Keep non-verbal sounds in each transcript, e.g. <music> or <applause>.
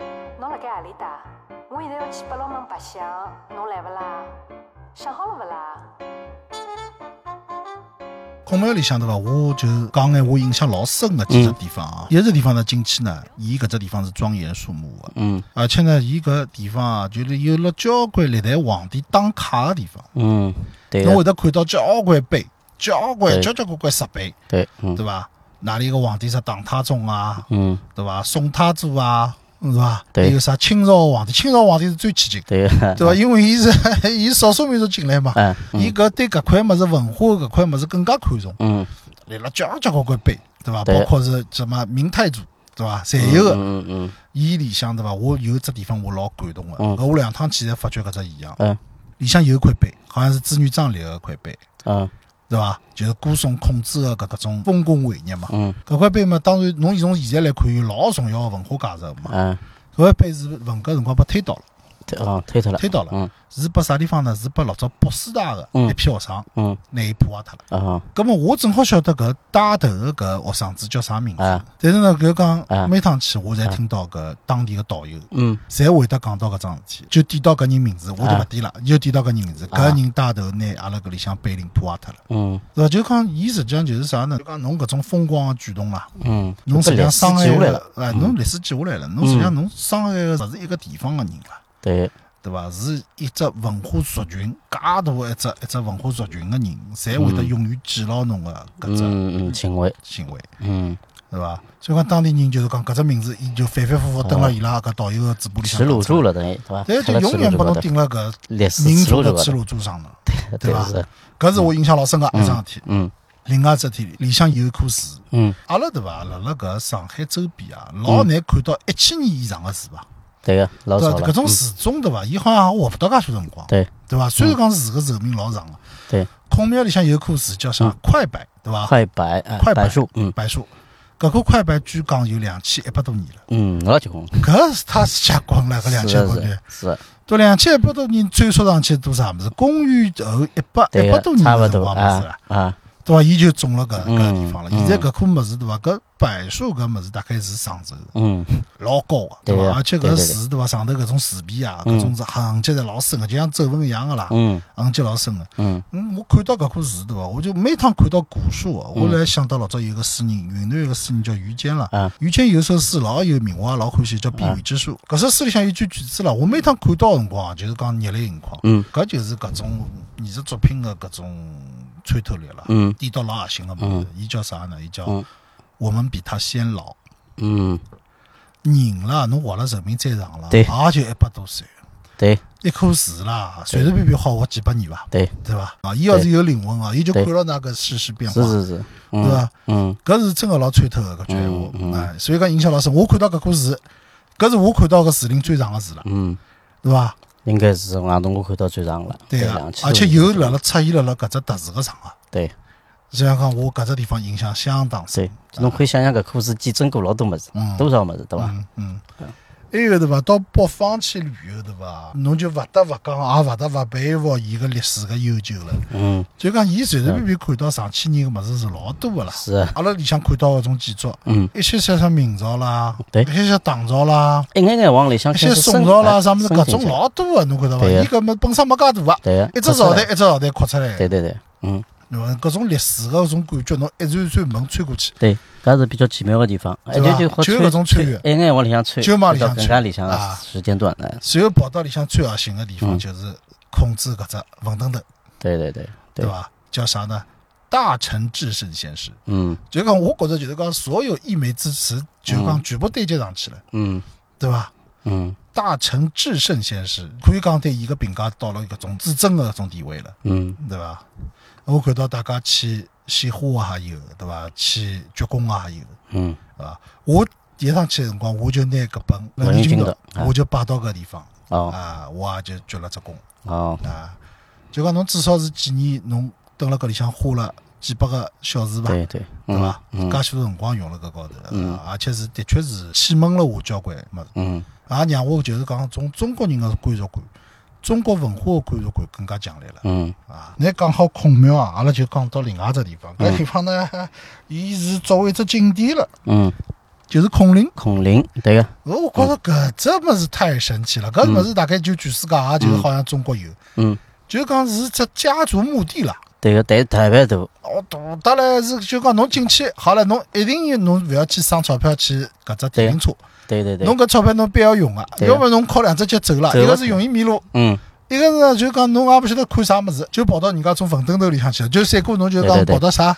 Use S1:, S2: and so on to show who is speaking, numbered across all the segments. S1: 盖阿里搭，我现在要去八老门白相，侬来勿啦？想好了勿啦？
S2: 孔庙里向对伐？我就是讲哎眼我印象老深个几只地方啊。一只地方呢，进去呢，伊搿只地方是庄严肃穆个，
S3: 嗯
S2: 而且呢，伊搿地方啊，就是有了交关历代皇帝打卡个地方，
S3: 嗯，对
S2: 侬
S3: 的
S2: 会得看到交关碑，交关
S3: 对
S2: 交交关关石碑，
S3: 对，嗯
S2: 对伐？哪里个皇帝啥唐太宗啊，
S3: 嗯，
S2: 对伐？宋太祖啊，是伐？还
S3: 对
S2: 有啥清朝皇帝？清朝皇帝是最起劲，
S3: 对 <laughs> 嗯的，
S2: 对伐？因为伊是 <laughs> 伊少数民族进来嘛，
S3: 嗯
S2: 伊搿对搿块物事文化搿块物事更加看重，
S3: 嗯，
S2: 来了交交关关碑，对伐？
S3: 对
S2: 包括是什么明太祖，对伐？侪有个。
S3: 嗯嗯
S2: 伊里向对伐？我有只地方我老感动个，
S3: 嗯
S2: 搿我两趟去才发觉搿只现象，
S3: 嗯
S2: 里向有一块碑，好像是织女张力个块碑，
S3: 嗯
S2: 对伐？就是歌颂孔子个搿搿种丰功伟业嘛。
S3: 嗯
S2: 搿块碑嘛，当然侬从现在来看有老重要个文化价值个嘛。
S3: 嗯，
S2: 搿块碑是文革辰光被推倒了，
S3: 对哦，推脱了，
S2: 推倒了，
S3: 嗯
S2: 是拨啥地方呢？是拨老早北师大个
S3: 嗯
S2: 一批学生
S3: 嗯
S2: 拿伊破坏脱了。
S3: 啊
S2: 咁么我正好晓得搿带头个搿学生子叫啥名字
S3: 啊，
S2: 但是呢，搿
S3: 啊
S2: 讲每趟去我侪听到搿当地个导游。
S3: 嗯
S2: 侪会得讲到搿桩事体，就点到搿人名字，我就勿点了，就点到搿人名字。
S3: 啊
S2: 搿人带头拿阿拉搿里向碑林破坏脱了，
S3: 嗯
S2: 对伐？就讲伊实际上就是啥呢？就讲侬搿种风光个举动啊，
S3: 嗯，
S2: 侬实际上伤害
S3: 下来
S2: 了
S3: 了，，嗯
S2: 啊，侬历史记下来了，侬实际上侬伤害个勿是一个地方个人啦，
S3: 对，
S2: 对伐？是一只文化族群，介大一只一只文化族群个人，侪会得永远记牢侬个搿只
S3: 嗯嗯，行为，
S2: 行为，
S3: 嗯，
S2: 对伐？所以讲当地人就是讲搿只名字，伊就反反复复登了伊拉搿导游个嘴巴里向。
S3: 耻辱哦柱，了等于，对吧？
S2: 对，就永远拨侬顶辣搿
S3: 历史
S2: 民
S3: 耻
S2: 族
S3: 辱柱
S2: 的
S3: 高
S2: 耻
S3: 头，
S2: 辱柱上了。
S3: 对
S2: 对吧
S3: 是，
S2: 搿是我印象老深个一桩事体。
S3: 嗯
S2: 另外一只事体里向有一棵树，
S3: 嗯，
S2: 阿拉对伐？辣辣搿上海周边啊，老难看到一千年以上个树伐？
S3: 对啊个，嗯老
S2: 对
S3: 早
S2: 伐？
S3: 了嗯
S2: 搿，种树种对伐？伊好像也活勿到介许多辰光，
S3: 对
S2: 对伐？虽然讲树个寿命老长个，
S3: 对，
S2: 孔庙里向有一棵树叫啥？快柏，对伐？
S3: 嗯快白，啊
S2: 快柏
S3: 柏树，嗯
S2: 柏树，搿棵快柏据讲有两千一百多年了。
S3: 嗯，老结棍，
S2: 搿是太结棍了，搿两
S3: 是
S2: 千多
S3: 是啊
S2: 年，
S3: 是，
S2: 到两千一百多年追溯上去都啥物事？公元后一百
S3: 对
S2: 一百多
S3: 个，
S2: 年
S3: 差
S2: 的
S3: 哎
S2: 辰
S3: 不多
S2: 光物事
S3: 啊
S2: 了。
S3: 啊，
S2: 对伐？伊就种了搿搿个
S3: 嗯
S2: 地方了。
S3: 嗯
S2: 现在搿棵物事对伐？搿柏树搿物事大概是上头
S3: 嗯
S2: 老高个，
S3: 对
S2: 伐？
S3: 啊
S2: 而且
S3: 对
S2: 搿
S3: 对对
S2: 树对伐？上头搿种树皮啊，
S3: 嗯
S2: 搿种是痕迹是老深个，就像皱纹一样个啦，
S3: 嗯
S2: 痕迹老深个。
S3: 嗯
S2: 嗯，我看到搿棵树对伐？我就每趟看到古树啊，我来想到老早有个诗人，云南有个诗人叫于谦啦
S3: 啊。
S2: 于谦有首诗老有名，我也老欢喜，叫《避讳之树》。搿首诗里向有句句子啦，我每趟看到个辰光啊就是讲热泪盈眶。
S3: 嗯
S2: 搿就是搿种艺术作品的搿种穿透力了。
S3: 嗯
S2: 点到老核心个物事
S3: 嗯，
S2: 伊叫啥呢？伊叫
S3: 嗯
S2: 我们比他先老。
S3: 嗯，
S2: 人啦，侬活了寿命再长了，
S3: 对
S2: 也就一百多岁。
S3: 对
S2: 一棵树啦，随随便便好活几百年伐？
S3: 对，
S2: 对伐？啊，伊要是有灵魂啊，伊就看牢那个世事变化
S3: 是，是是，
S2: 对啊
S3: 嗯
S2: 伐？
S3: 嗯
S2: 搿是真个老穿透个搿句闲
S3: 嗯嗯
S2: 话，哎，所以讲影响老深。我看到搿棵树，搿是我看到个树龄最长个树了，
S3: 嗯，
S2: 对伐？
S3: 应该是俺东我看到最长了，
S2: 对
S3: 个
S2: 个，，而且有辣辣出现辣辣搿只特殊个场合，
S3: 对
S2: 所以讲我搿只地方影响相当深。
S3: 对，侬可以想想搿故事见证过老多物事，多少物事对伐？
S2: 嗯嗯，还有对伐？到北方去旅游对伐？侬就勿得勿讲，也勿得勿佩服伊个历史个悠久了。
S3: 嗯，
S2: 就讲伊随随便便看到上千年个物事是老多个啦。
S3: 是啊
S2: 阿拉里向看到搿种建筑，
S3: 嗯，
S2: 一些些像明朝啦，
S3: 对啊
S2: 一些些唐朝啦，
S3: 一眼眼往里向
S2: 一些
S3: 开始
S2: 宋
S3: 深
S2: 朝啦
S3: 哎
S2: 啥物事，
S3: 深
S2: 搿
S3: 进
S2: 种
S3: 去
S2: 老多个，侬看到伐？
S3: 对呀
S2: 伊搿么本身没介大个，
S3: 对啊个，
S2: 一只
S3: 扩出
S2: 朝代
S3: 来
S2: 一只朝代扩出来个，
S3: 对对对，嗯，
S2: 对伐？搿种历史个搿种感觉，侬一扇扇门穿过去，
S3: 对，搿是比较奇妙个地方，哎，
S2: 对
S3: 就
S2: 吧就
S3: 好穿
S2: 有搿种穿越
S3: 一眼往里向穿，
S2: 就往里向
S3: 到更加
S2: 穿
S3: 里向
S2: 啊
S3: 个时间段，哎，
S2: 随后跑到里向最核心个地方
S3: 嗯
S2: 就是孔子搿只文登头。
S3: 对对对
S2: 对？吧？叫啥呢？大成至圣先师，
S3: 嗯
S2: 就是讲我觉着就是讲所有溢美之词，就是讲全部对接上去了，
S3: 嗯
S2: 对吧？
S3: 嗯
S2: 大成至圣先师可以讲对伊个评价到了搿种至尊的搿种地位了，
S3: 嗯
S2: 对吧？我看到大家去献花也有，对吧？去鞠躬也有，
S3: 嗯
S2: 对吧？我第一趟去的辰光，我就拿搿本《
S3: 文艺
S2: 经
S3: 经
S2: 导
S3: 导》，啊
S2: 我就摆到搿地方
S3: 哦
S2: 啊，我也就鞠了只躬。
S3: 哦
S2: 啊，就讲侬至少是几年，侬蹲辣搿里向花了几百个小时吧，
S3: 对对
S2: 对
S3: 嗯
S2: 伐？
S3: 嗯
S2: 介许多辰光用辣搿高头，啊而且是的确是启蒙了我交关物事，
S3: 嗯
S2: 也让我就是讲从中国人个归属感、中国文化个归属感更加强烈了。
S3: 嗯嗯
S2: 啊，那讲好孔庙啊，阿拉就讲到另外一只地方，搿地方呢，伊是作为一只景点了。
S3: 嗯
S2: 就是孔林。
S3: 孔林，对啊个，
S2: 哦，我觉着搿只物事太神奇了，搿物事大概就全世界也就是好像中国有，
S3: 嗯，
S2: 就讲是只家族墓地啦。
S3: 对个，但特别大，
S2: 哦，大得来是就讲侬进去好了，侬一定要侬勿要去省钞票去搿只电瓶车，
S3: 对啊对对
S2: 侬，搿钞票侬必要用啊，
S3: 对
S2: 要么侬靠两只脚走了，
S3: 走
S2: 一个
S3: 了
S2: 是容易迷路，
S3: 嗯，
S2: 一个呢就讲侬也勿晓得看啥物事，就跑到人家种坟墩头里向去了，就三过侬就讲
S3: 对对对
S2: 跑到啥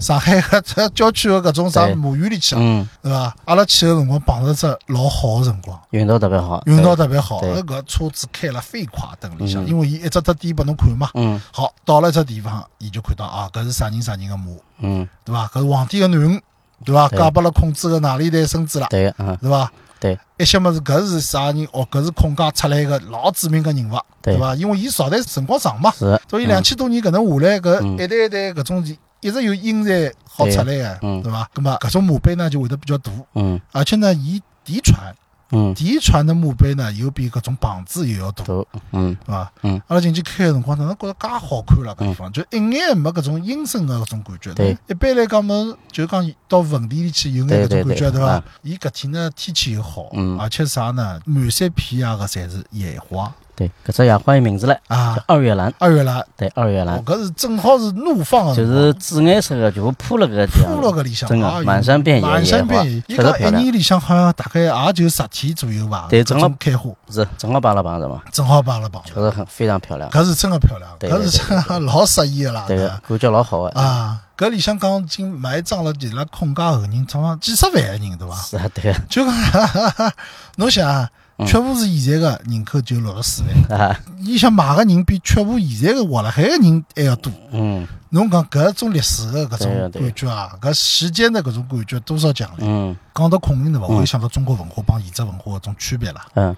S2: 上海搿只 <laughs> 郊区个搿种啥
S3: 对
S2: 墓园里去了，
S3: 嗯，
S2: 对伐？阿拉去个辰光碰着只老好个辰光。
S3: 运道特别好，
S2: 运道
S3: 对，
S2: 特别好，
S3: 对
S2: 那个车子开了飞快，等里向，
S3: 嗯
S2: 因为伊一直只点拨侬看嘛。
S3: 嗯
S2: 好，到了这地方，伊就看到啊，搿是啥人啥人个墓，
S3: 嗯，
S2: 对伐？搿是皇帝个囡恩，对伐？
S3: 对
S2: 嫁拨了孔子个哪里代孙子了，
S3: 对个，嗯，
S2: 对伐？
S3: 对，
S2: 一些物事搿是啥人？哦，搿是孔家出来个老著名个人物，
S3: 对
S2: 对伐？因为伊朝代辰光长嘛，
S3: 是，
S2: 所以
S3: 嗯
S2: 两千多年搿能下来，
S3: 嗯
S2: 搿一代一代搿种一直有英才好出来个，
S3: 嗯
S2: 对伐？葛末搿种墓碑呢就会得比较大，
S3: 嗯
S2: 而且呢，伊嫡传。
S3: 嗯，
S2: 第一船的墓碑呢，有比搿种棚子又要大，
S3: 都，嗯
S2: 对伐？
S3: 嗯，
S2: 阿拉进去开个辰光，哪能觉着介好看了搿地方，就一眼也没搿种阴森的搿种感觉。
S3: 对，
S2: 一般来讲么，就讲到坟地里去有眼搿种
S3: 对对
S2: 感觉，
S3: 对
S2: 对伐
S3: 啊？
S2: 伊搿天呢天气又好，
S3: 嗯
S2: 而且啥呢，满山遍野个侪是野花
S3: 对，搿只也换名字了，
S2: 啊
S3: 叫。二月兰，
S2: 二月啦，
S3: 对，二月
S2: 哦
S3: 兰，
S2: 搿是正好是怒放个
S3: 就
S2: 辰
S3: 是
S2: 光，
S3: 紫颜色的，全部铺了个地
S2: 铺
S3: 方，
S2: 了搿里向，
S3: 真的
S2: 啊
S3: 满山遍野
S2: 满山
S3: 野花
S2: 遍野。伊
S3: 确实
S2: 讲
S3: 漂
S2: 一
S3: 亮
S2: 年里向好像大概也就十天左右吧，
S3: 对
S2: 搿
S3: 正好
S2: 种开花，
S3: 是正好帮了帮着嘛，
S2: 正好帮阿拉碰
S3: 确实很非常漂亮，
S2: 搿是真个漂亮，
S3: 对对
S2: 搿
S3: 对
S2: 是真个老适意个啦。
S3: 对
S2: 吧
S3: 个，感觉老好的，
S2: 啊，搿里向讲进埋葬了，伊拉孔家后人，他妈几十万个人，对伐？
S3: 是啊， <laughs> 对
S2: 就讲，哈哈哈侬想啊，
S3: 嗯
S2: 曲阜市现在个人口就六十四万，
S3: 个，啊，
S2: 伊想买个人比曲阜现在个活辣海个人还要多。
S3: 嗯
S2: 侬讲搿种历史个搿种
S3: 对个对个
S2: 感觉啊，搿时间的搿种感觉多少强烈。
S3: 嗯
S2: 讲到孔林对伐？我就想到中国文化帮现在文化搿种区别啦。
S3: 嗯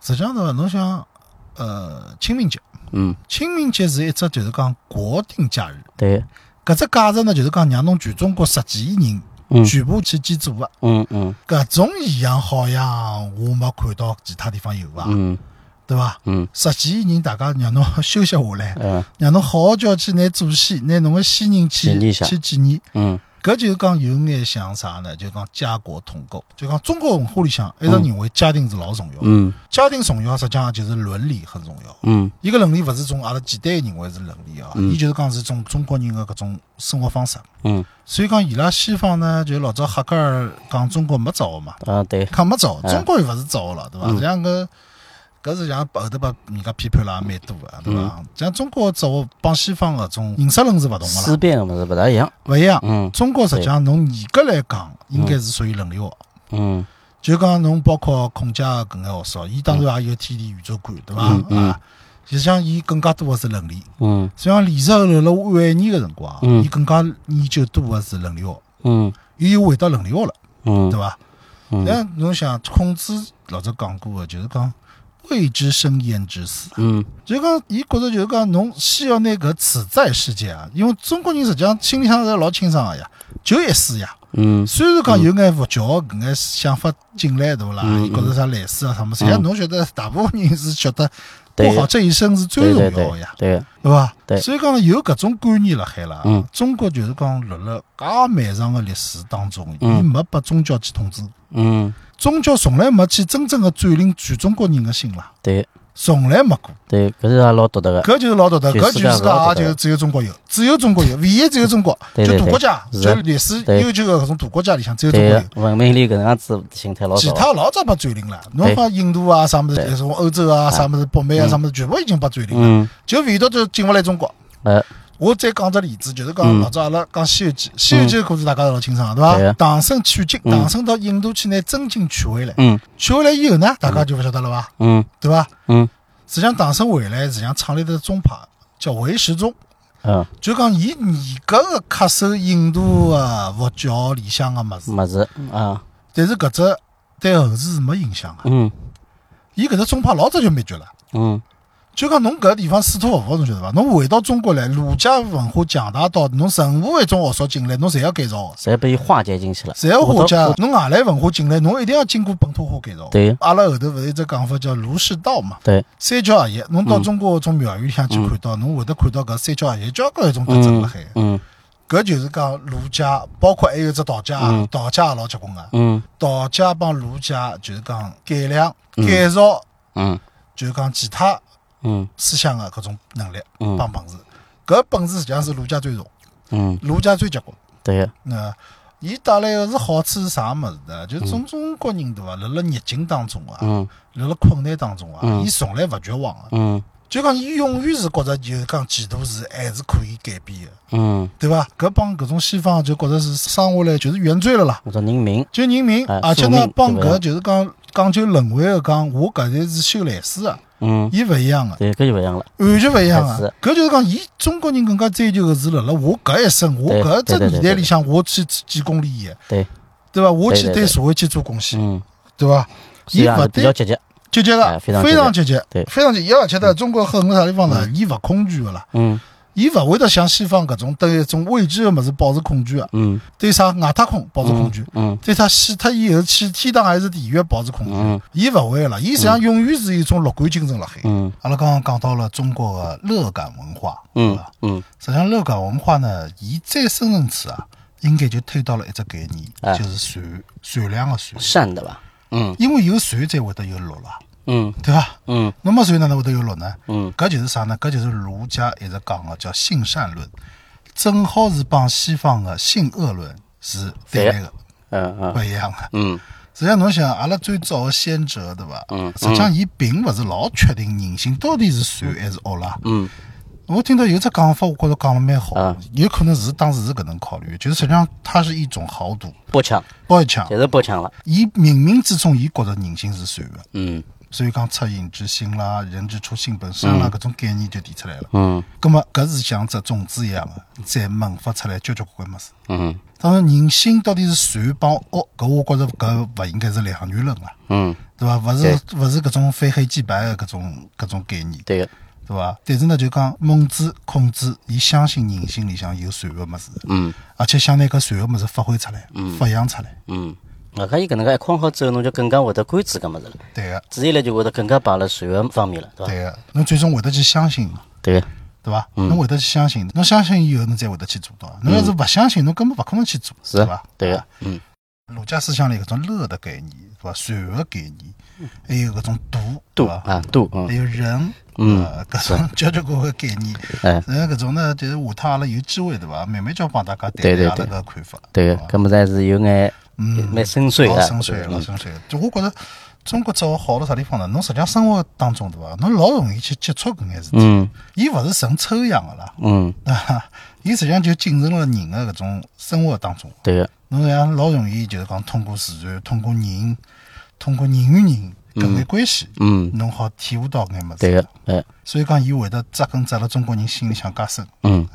S2: 实际上对伐？侬想，呃，清明节，
S3: 嗯，
S2: 清明节是一只就是讲国定假日。
S3: 对个，
S2: 搿只价值呢，就是讲让侬全中国十几亿人
S3: 嗯
S2: 全部去记住个。
S3: 嗯嗯
S2: 搿种现象好像我没看到其他地方有伐？
S3: 嗯
S2: 对伐？
S3: 嗯
S2: 十几亿人，大家让侬休息下来，
S3: 嗯
S2: 让侬好好叫去拿祖先，拿侬个先人
S3: 纪念
S2: 去
S3: 一下
S2: 去纪念。
S3: 嗯，
S2: 搿就是讲有眼像啥呢？就讲家国统购，就讲中国文化里向一直认为家庭是老重要的，
S3: 嗯
S2: 家庭重要实际上就是伦理很重要。
S3: 嗯
S2: 伊个伦理勿是从阿拉简单认为是伦理啊，
S3: 嗯
S2: 伊就是讲是种中国人个搿种生活方式。
S3: 嗯，
S2: 所以讲伊拉西方呢，就老早黑格尔讲中国没造个嘛，
S3: 啊对，
S2: 讲没造，
S3: 嗯
S2: 中国又勿是造个了，对伐？实
S3: 嗯
S2: 际上搿搿是像后头被人家批判了也蛮多个，对伐？
S3: 嗯
S2: 像中国造个帮西方搿种认识论是勿同个啦，
S3: 思辨个物事不大一样，
S2: 勿一样。
S3: 嗯
S2: 中国实际上侬严格来讲，应该是属于伦理学。
S3: 嗯
S2: 就讲侬包括孔家搿眼学说，伊当然也有天地宇宙观，对伐？
S3: 嗯嗯
S2: 啊，实际上伊更加多个是伦理。
S3: 嗯
S2: 实际上，李后头辣晚年个辰光，啊
S3: 嗯
S2: 伊更加研究多个是伦理学，
S3: 嗯
S2: 伊又回到伦理学了，
S3: 嗯
S2: 对伐？
S3: 嗯
S2: 那侬想，孔子老早讲过个，就是讲未知生焉知死，
S3: 嗯
S2: 就是讲伊觉着就是讲侬先要拿搿此在世界啊，因为中国人实际上心里向是老清爽个呀，就一世呀。
S3: 嗯嗯
S2: 虽然讲有眼佛教搿眼想法进来，对勿啦？伊觉着啥来世啊啥物事，实际上侬晓得，大部分人是觉得过
S3: 对
S2: 好这一生是最重要
S3: 对对
S2: 个
S3: 对
S2: 呀。
S3: 对个，
S2: 对伐？
S3: 对
S2: 所以讲呢，有搿种观念辣海啦。
S3: 嗯
S2: 中国就是讲辣辣介漫长个历史当中，伊
S3: 嗯
S2: 没被宗教去统治，
S3: 嗯
S2: 宗教从来没去真正个占领全中国人个心啦，
S3: 对
S2: 从来没过。
S3: 对，搿是也老独特个，
S2: 搿就是老道德，
S3: 全
S2: 搿
S3: 世
S2: 全
S3: 界
S2: 世界
S3: 老
S2: 也
S3: 道德
S2: 就只有中国有，只有中国有，唯一只有中国，
S3: 对
S2: 就
S3: 对
S2: 大
S3: 对
S2: 国家，
S3: 是
S2: 就历史
S3: 对
S2: 悠久个搿种大国家里向只有中国
S3: 对
S2: 有。
S3: 个，文明里搿能样子形态老
S2: 其
S3: 少，
S2: 他老早被占领了，侬
S3: 对
S2: 讲印度啊啥么
S3: 对
S2: 子，从欧洲啊啥么子，北美啊啥么子，全部已经被占领了，
S3: 嗯
S2: 就唯独就进勿来中国。
S3: 呃
S2: 我再讲只例子，就是讲
S3: 嗯
S2: 老早阿拉讲《西游记》，《西游记》故事大家都老清爽，对
S3: 对
S2: 伐？
S3: 啊
S2: 唐僧取经，
S3: 嗯
S2: 唐僧到印度去拿真经取回来，
S3: 嗯
S2: 取回来以后呢，大家就勿晓得了伐？
S3: 嗯
S2: 对伐？
S3: 嗯
S2: 实际上唐僧回来，实际上创立的宗派叫唯识宗，
S3: 嗯，
S2: 就讲伊严格个恪守印度个佛教里向个物事，
S3: 物事啊，
S2: 但是搿只对后世是没影响个。
S3: 嗯
S2: 伊搿只宗派老早就灭绝了。
S3: 嗯
S2: 就讲侬搿个地方水土勿服，侬晓得伐？侬回到中国来，儒家文化强大到侬任何一种学说进来，侬侪要改造个。
S3: 侪被伊化解进去了，
S2: 侪要化
S3: 我
S2: 解
S3: 到。
S2: 侬外来文化进来，侬一定要经过本土化改造。
S3: 对
S2: 阿拉后头勿是一只讲法叫儒释道嘛？
S3: 对，
S2: 三教合一，侬到中国搿种庙宇里向去看到，侬会得看到搿三教合一交关一种特征辣海。
S3: 嗯
S2: 搿就是讲儒家，包括还有只道家啊，道家也老结棍个。
S3: 嗯
S2: 道家帮儒家就是讲改良、改造，
S3: 嗯
S2: 就是讲其他
S3: 嗯
S2: 思想的搿种能力
S3: 嗯
S2: 帮本事。搿本事实际上是儒家最重，
S3: 嗯，
S2: 儒家最结棍。呃
S3: 对个，
S2: 那伊带来个是好处是啥物事呢？就是中中国人对伐？辣辣逆境当中啊，
S3: 嗯
S2: 辣辣困难当中啊，
S3: 嗯
S2: 伊从来勿绝望啊。
S3: 嗯
S2: 就讲伊永远是觉着就是讲前途是还是可以改变的，
S3: 嗯，
S2: 对伐？搿帮搿种西方就觉着是生下来就是原罪了啦。
S3: 我说人民，
S2: 就人民，
S3: 哎
S2: 而且
S3: 宿
S2: 呢
S3: 命，
S2: 帮
S3: 对伐
S2: 搿就是讲讲究轮回的讲，我搿才是修来世的，
S3: 嗯，
S2: 伊勿一样啊的，
S3: 对，搿就勿一样了，
S2: 完全勿一样
S3: 还是
S2: 的。搿就是讲，伊中国人更加追求的是辣辣我搿一生，我
S3: 对
S2: 搿只
S3: 对对对
S2: 年代里
S3: 对
S2: 向，我去几功立业，
S3: 对，
S2: 对伐？我
S3: 对
S2: 去
S3: 对
S2: 对
S3: 对
S2: 社会去做贡献，
S3: 嗯，
S2: 对伐？
S3: 所
S2: 伊
S3: 以啊
S2: 勿
S3: 比较
S2: 对
S3: 积极，
S2: 积极的，
S3: 哎非常
S2: 非
S3: 积极
S2: 常积极，
S3: 对
S2: 非常积极。而且呢，中国很多啥地方呢？伊勿恐惧个啦，
S3: 嗯
S2: 伊勿会得像西方搿种对一种未知的物事保持恐惧个，啊
S3: 嗯
S2: 对啥外太空保持恐惧，
S3: 嗯
S2: 对他死脱以后去天堂还是地狱保持恐
S3: 嗯
S2: 惧，伊勿会了，伊实际上永远是一种乐观精神辣海。
S3: 嗯
S2: 阿拉刚刚讲到了中国的乐感文化，对
S3: 嗯
S2: 吧
S3: 嗯，
S2: 实际上乐感文化呢，伊再深层次啊，应该就推到了一只概念，
S3: 哎
S2: 就是善善良的善，
S3: 善的吧，嗯
S2: 因为有善才会得有乐啦，
S3: 嗯
S2: 对吧？
S3: 嗯
S2: 那么善哪能会得有乐呢？
S3: 嗯
S2: 搿就是啥呢？搿就是儒家一直讲的叫性善论，正好是帮西方的性恶论是对立的，
S3: 嗯嗯
S2: 不一样的。
S3: 嗯
S2: 实际上，侬想，阿拉最早的先哲，对伐？
S3: 嗯
S2: 实际上，伊并勿是老确定人性到底是善还是恶啦。
S3: 嗯
S2: 我听到有只讲法，我觉着讲了蛮好
S3: 啊，
S2: 有可能是当时是搿能考虑，就是实际上它是一种豪赌，
S3: 不抢，
S2: 包一抢
S3: 也。是不抢了，
S2: 伊冥冥之中，伊觉着人性是善的，
S3: 嗯
S2: 所以讲恻隐之心啦，人之初性本善啦，搿种概念就提出来了。
S3: 嗯
S2: 葛末搿是像只种子一样的，再萌发出来交交关关物事。
S3: 嗯
S2: 当然，人性到底是善帮恶，搿我觉着搿勿应该是两元论啦。
S3: 嗯，
S2: 对伐？勿是勿是搿种非黑即白的搿种搿种概念，
S3: 对个，
S2: 对伐？但是呢，就讲孟子、孔子，伊相信人性里向有善个物事，
S3: 嗯
S2: 而且想拿搿善个物事发挥出来、发扬出来，
S3: 嗯，外加伊搿能介一框好之后，侬就更加会得关注搿物事了，
S2: 对啊个，
S3: 自然来就会得更加摆辣善个方面了，对啊嗯伐？
S2: 对个，侬最终会得去相信，
S3: 对个，
S2: 对伐？侬会得去相信，侬相信以后，侬才会得去做到。侬要是勿相信，侬根本勿可能去做，
S3: 嗯是
S2: 伐？
S3: 对
S2: 啊
S3: 个，嗯
S2: 儒家思想里搿种乐的概念，对伐？善个概念，
S3: 嗯
S2: 还有搿种度，
S3: 度
S2: 伐？
S3: 啊度，
S2: 还
S3: 嗯
S2: 有人，
S3: 嗯
S2: 呃搿种交交关关概念。
S3: 哎。
S2: 然后搿种呢，就是下趟阿拉有机会对伐？慢慢叫帮大家谈
S3: 对对
S2: 谈阿拉
S3: 对
S2: 搿看法。
S3: 对个，搿么嗯子还是有眼
S2: 嗯
S3: 蛮哦深邃
S2: 老
S3: 个，
S2: 深邃，老深邃。就我觉着中国只好好到啥地方呢？侬实际上生活当中对伐？侬老容易去接触搿眼事体，
S3: 嗯
S2: 伊勿是纯抽象个啦，
S3: 嗯，
S2: 对伐？ <laughs> 伊实际上就进入了人的搿种生活当中。
S3: 对个，
S2: 侬实际上老容易就是讲通过自然，通过人，通过人与人搿眼关系，
S3: 嗯
S2: 侬好体会到搿眼物
S3: 对
S2: 事。
S3: 个，哎，
S2: 所以讲，伊会得扎根扎辣中国人心里向加深。 <laughs>
S3: 嗯。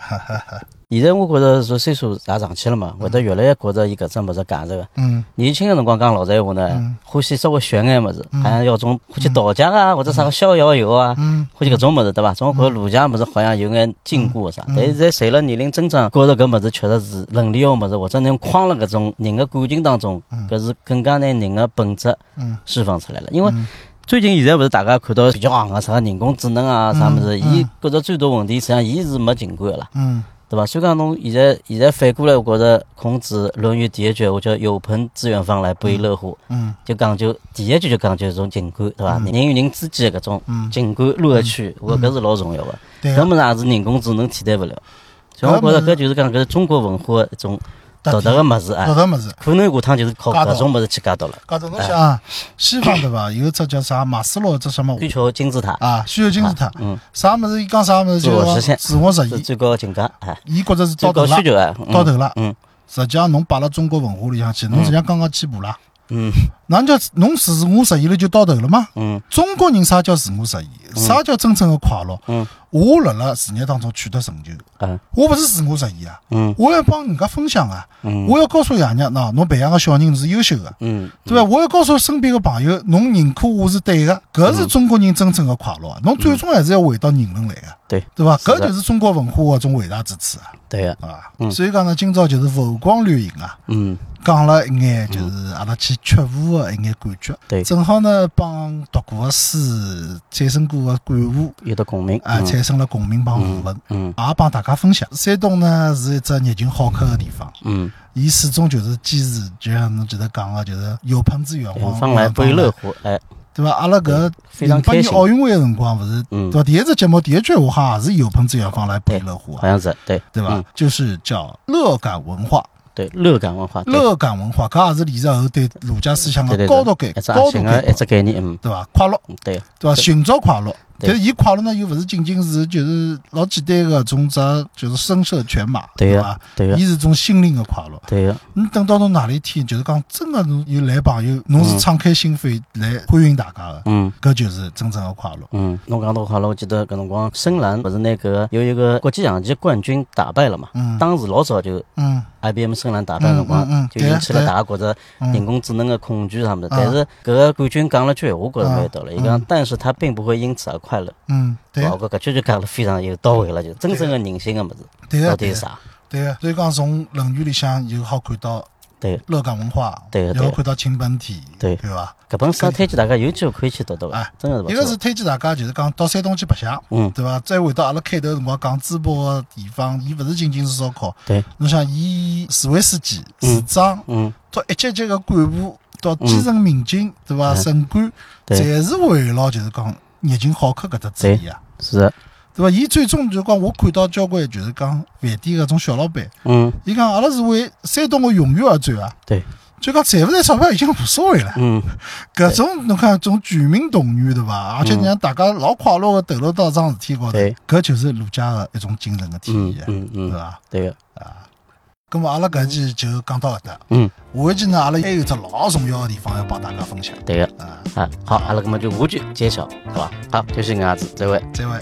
S3: 现在我觉着说岁数也上去了嘛，会得越来越觉着伊搿只物事价值个。
S2: 嗯
S3: 年轻个辰光讲老闲话呢，欢喜稍微学眼物事，好像要种欢喜道家啊，或者啥个逍遥游啊，
S2: 嗯。嗯
S3: 欢喜搿种物事对伐？总觉着儒家物事好像有眼禁锢个啊啥。但是在随了年龄增长，觉着搿物事确实是伦理个物事，或者能框辣搿种人个感情当中，搿是更加拿人个本质
S2: 嗯
S3: 释放出来了。因为最近现在勿是大家看到比较行个啥人工智能啊啥物事，伊觉着最大问题实际上伊是没情感个啦，
S2: 嗯
S3: 对伐？所以讲侬现在现在反过来，我觉着孔子《论语》第一句，我叫“有朋自远方来，不亦乐乎”，
S2: 嗯
S3: 就讲究第一句就讲究一种情感，对伐？人与人之间的搿种
S2: 嗯
S3: 情感乐趣，我觉得搿是老重要的。
S2: 对
S3: 搿
S2: 啊
S3: 物事也是人工智能替代勿了。所以我觉着搿就是讲搿是中国文化一种独特的物事
S2: 搿
S3: 啊，
S2: 个物事，
S3: 可能下趟就是靠
S2: 教导
S3: 搿种物事去解读了。
S2: 搿种侬想啊，西方对伐？有只叫啥马斯洛，只什么
S3: 追求金字塔
S2: 嗯啊？需求金字塔，啥物事伊讲啥物事
S3: 嗯自我
S2: 就
S3: 实
S2: 是
S3: 现
S2: 自我实
S3: 是
S2: 现，
S3: 最高境界啊，
S2: 伊觉着是
S3: 最
S2: 到头
S3: 高
S2: 了
S3: 需，求啊，嗯
S2: 到头了。
S3: 嗯
S2: 实际上，侬摆辣中国文化里向去，侬实际上刚刚起步啦。
S3: 嗯
S2: 哪叫侬自我实现了就到头了吗？
S3: 嗯
S2: 中国人啥叫自我实现？啥叫真正的快乐？
S3: 嗯
S2: 我辣辣事业当中取得成就，
S3: 啊
S2: 我勿是自我实现啊，
S3: 嗯
S2: 我要帮人家分享啊，
S3: 嗯
S2: 我要告诉爷娘，喏，侬培养个小人是优秀的，
S3: 嗯
S2: 对伐？我要告诉身边个朋友，侬认可我是对个，搿
S3: 嗯
S2: 是中国人真正的快乐啊。侬最终还是要回到人伦来个，
S3: 对
S2: 对伐？
S3: 是的
S2: 搿就是中国文化的一种伟大之处啊，
S3: 对个，
S2: 啊。所以讲呢，今朝就是浮光掠影啊，
S3: 嗯
S2: 讲了一眼就是阿拉去吃悟的一眼感觉，
S3: 对
S2: 正好呢帮读过的书、产生过所的感悟。
S3: 有得共鸣。
S2: 啊，
S3: 嗯
S2: 产生了共鸣帮互文，
S3: 嗯
S2: 也帮大家分享。山东呢是一只热情好客的地方，
S3: 嗯，
S2: 伊始终就是坚持，就像侬前头讲的，就是有朋自远
S3: 远
S2: 哦方
S3: 方来不亦乐
S2: 乐，
S3: 乎。哎，
S2: 对伐？阿拉搿
S3: 非常
S2: 零八
S3: 开
S2: 年
S3: 心
S2: 奥运会个辰光，勿是
S3: 嗯
S2: 对伐？第一只节目第一句话好像也是有朋自远方来不亦乐乎
S3: 好
S2: 啊，
S3: 像是对
S2: 对伐
S3: 嗯？
S2: 就是叫乐感文化，
S3: 对，乐感文化，对
S2: 乐感文化，搿也是李泽厚对儒家思想
S3: 对
S2: 的
S3: 对啊
S2: 高度
S3: 对
S2: 概
S3: 一只
S2: 高度
S3: 新
S2: 概
S3: 的一
S2: 括，
S3: 只概念，嗯，
S2: 对伐？快乐。
S3: 对，
S2: 对伐？
S3: 对
S2: 寻找快乐，
S3: 对
S2: 但是伊快乐呢，又勿是仅仅是就是老简单个种只就是声色犬马，
S3: 对呀
S2: 伐？
S3: 对呀啊
S2: 伊是种心灵个快乐。
S3: 对啊个，
S2: 你等到侬哪里天，就是讲真个侬有来朋友，侬是
S3: 嗯
S2: 敞开心扉来欢迎大家个，
S3: 嗯。
S2: 搿就是真正个快乐。
S3: 嗯，侬讲到快乐，我记得搿辰光深蓝勿是那个有一个国际象棋冠军打败了嘛？
S2: 嗯
S3: 当时老早就
S2: 嗯
S3: IBM 深蓝打败的辰光，
S2: 嗯嗯嗯
S3: 就引起
S2: 对嗯
S3: 了大家觉着人工智能的恐惧啥么子。但是搿个冠军讲了句闲话，觉着蛮有道理。伊讲，但是他并不会因此而快乐。
S2: 嗯，对啊
S3: 我觉得搿句就讲了非常有到位了，就真正的人性的物事
S2: 对啊
S3: 到
S2: 个
S3: 底
S2: 对
S3: 是
S2: 个
S3: 啥？
S2: 对个。所以讲从《论语》里向就好看到
S3: 对，
S2: 乐感文化，
S3: 对
S2: 也
S3: 个
S2: 好
S3: 对
S2: 看到秦本体，
S3: 对
S2: 对伐？
S3: 搿本书推荐大家有机会可以去读读
S2: 哎
S3: 的，真的是
S2: 一个
S3: 勿
S2: 是
S3: 错。
S2: 推荐大家，就是讲到山东去白相，
S3: 嗯
S2: 对伐？再回到阿拉开头辰光讲淄博个地方，伊勿是仅仅是烧烤，
S3: 对，
S2: 侬想伊市委书记、市长
S3: 嗯，
S2: 到一级级个干部，到基层民警，对伐？城管，
S3: 嗯对
S2: 侪是围绕就是讲热情好客搿只主义啊，
S3: 是的，
S2: 对伐？伊最终就是讲我看到交关就是讲饭店搿种小老板，
S3: 嗯，
S2: 伊讲阿拉是为山东个荣誉而战啊，
S3: 对，
S2: 就讲赚勿赚钞票已经无所谓了。
S3: 嗯，
S2: 搿种侬看，种全民动员对伐？而且让大家老快乐个投入到桩事体高头
S3: 对，
S2: 搿就是儒家个一种精神个体
S3: 嗯
S2: 现，
S3: 嗯
S2: 对
S3: 嗯，
S2: 伐？
S3: 对个，
S2: 咁么阿拉搿期就讲到搿搭，
S3: 嗯，
S2: 下一期呢，阿拉还有只老重要个地方要帮大家分享
S3: 对个。
S2: 啊！
S3: 啊，好，阿拉搿么就无惧揭晓，好吧？好，就先搿样子，再会。
S2: 再会。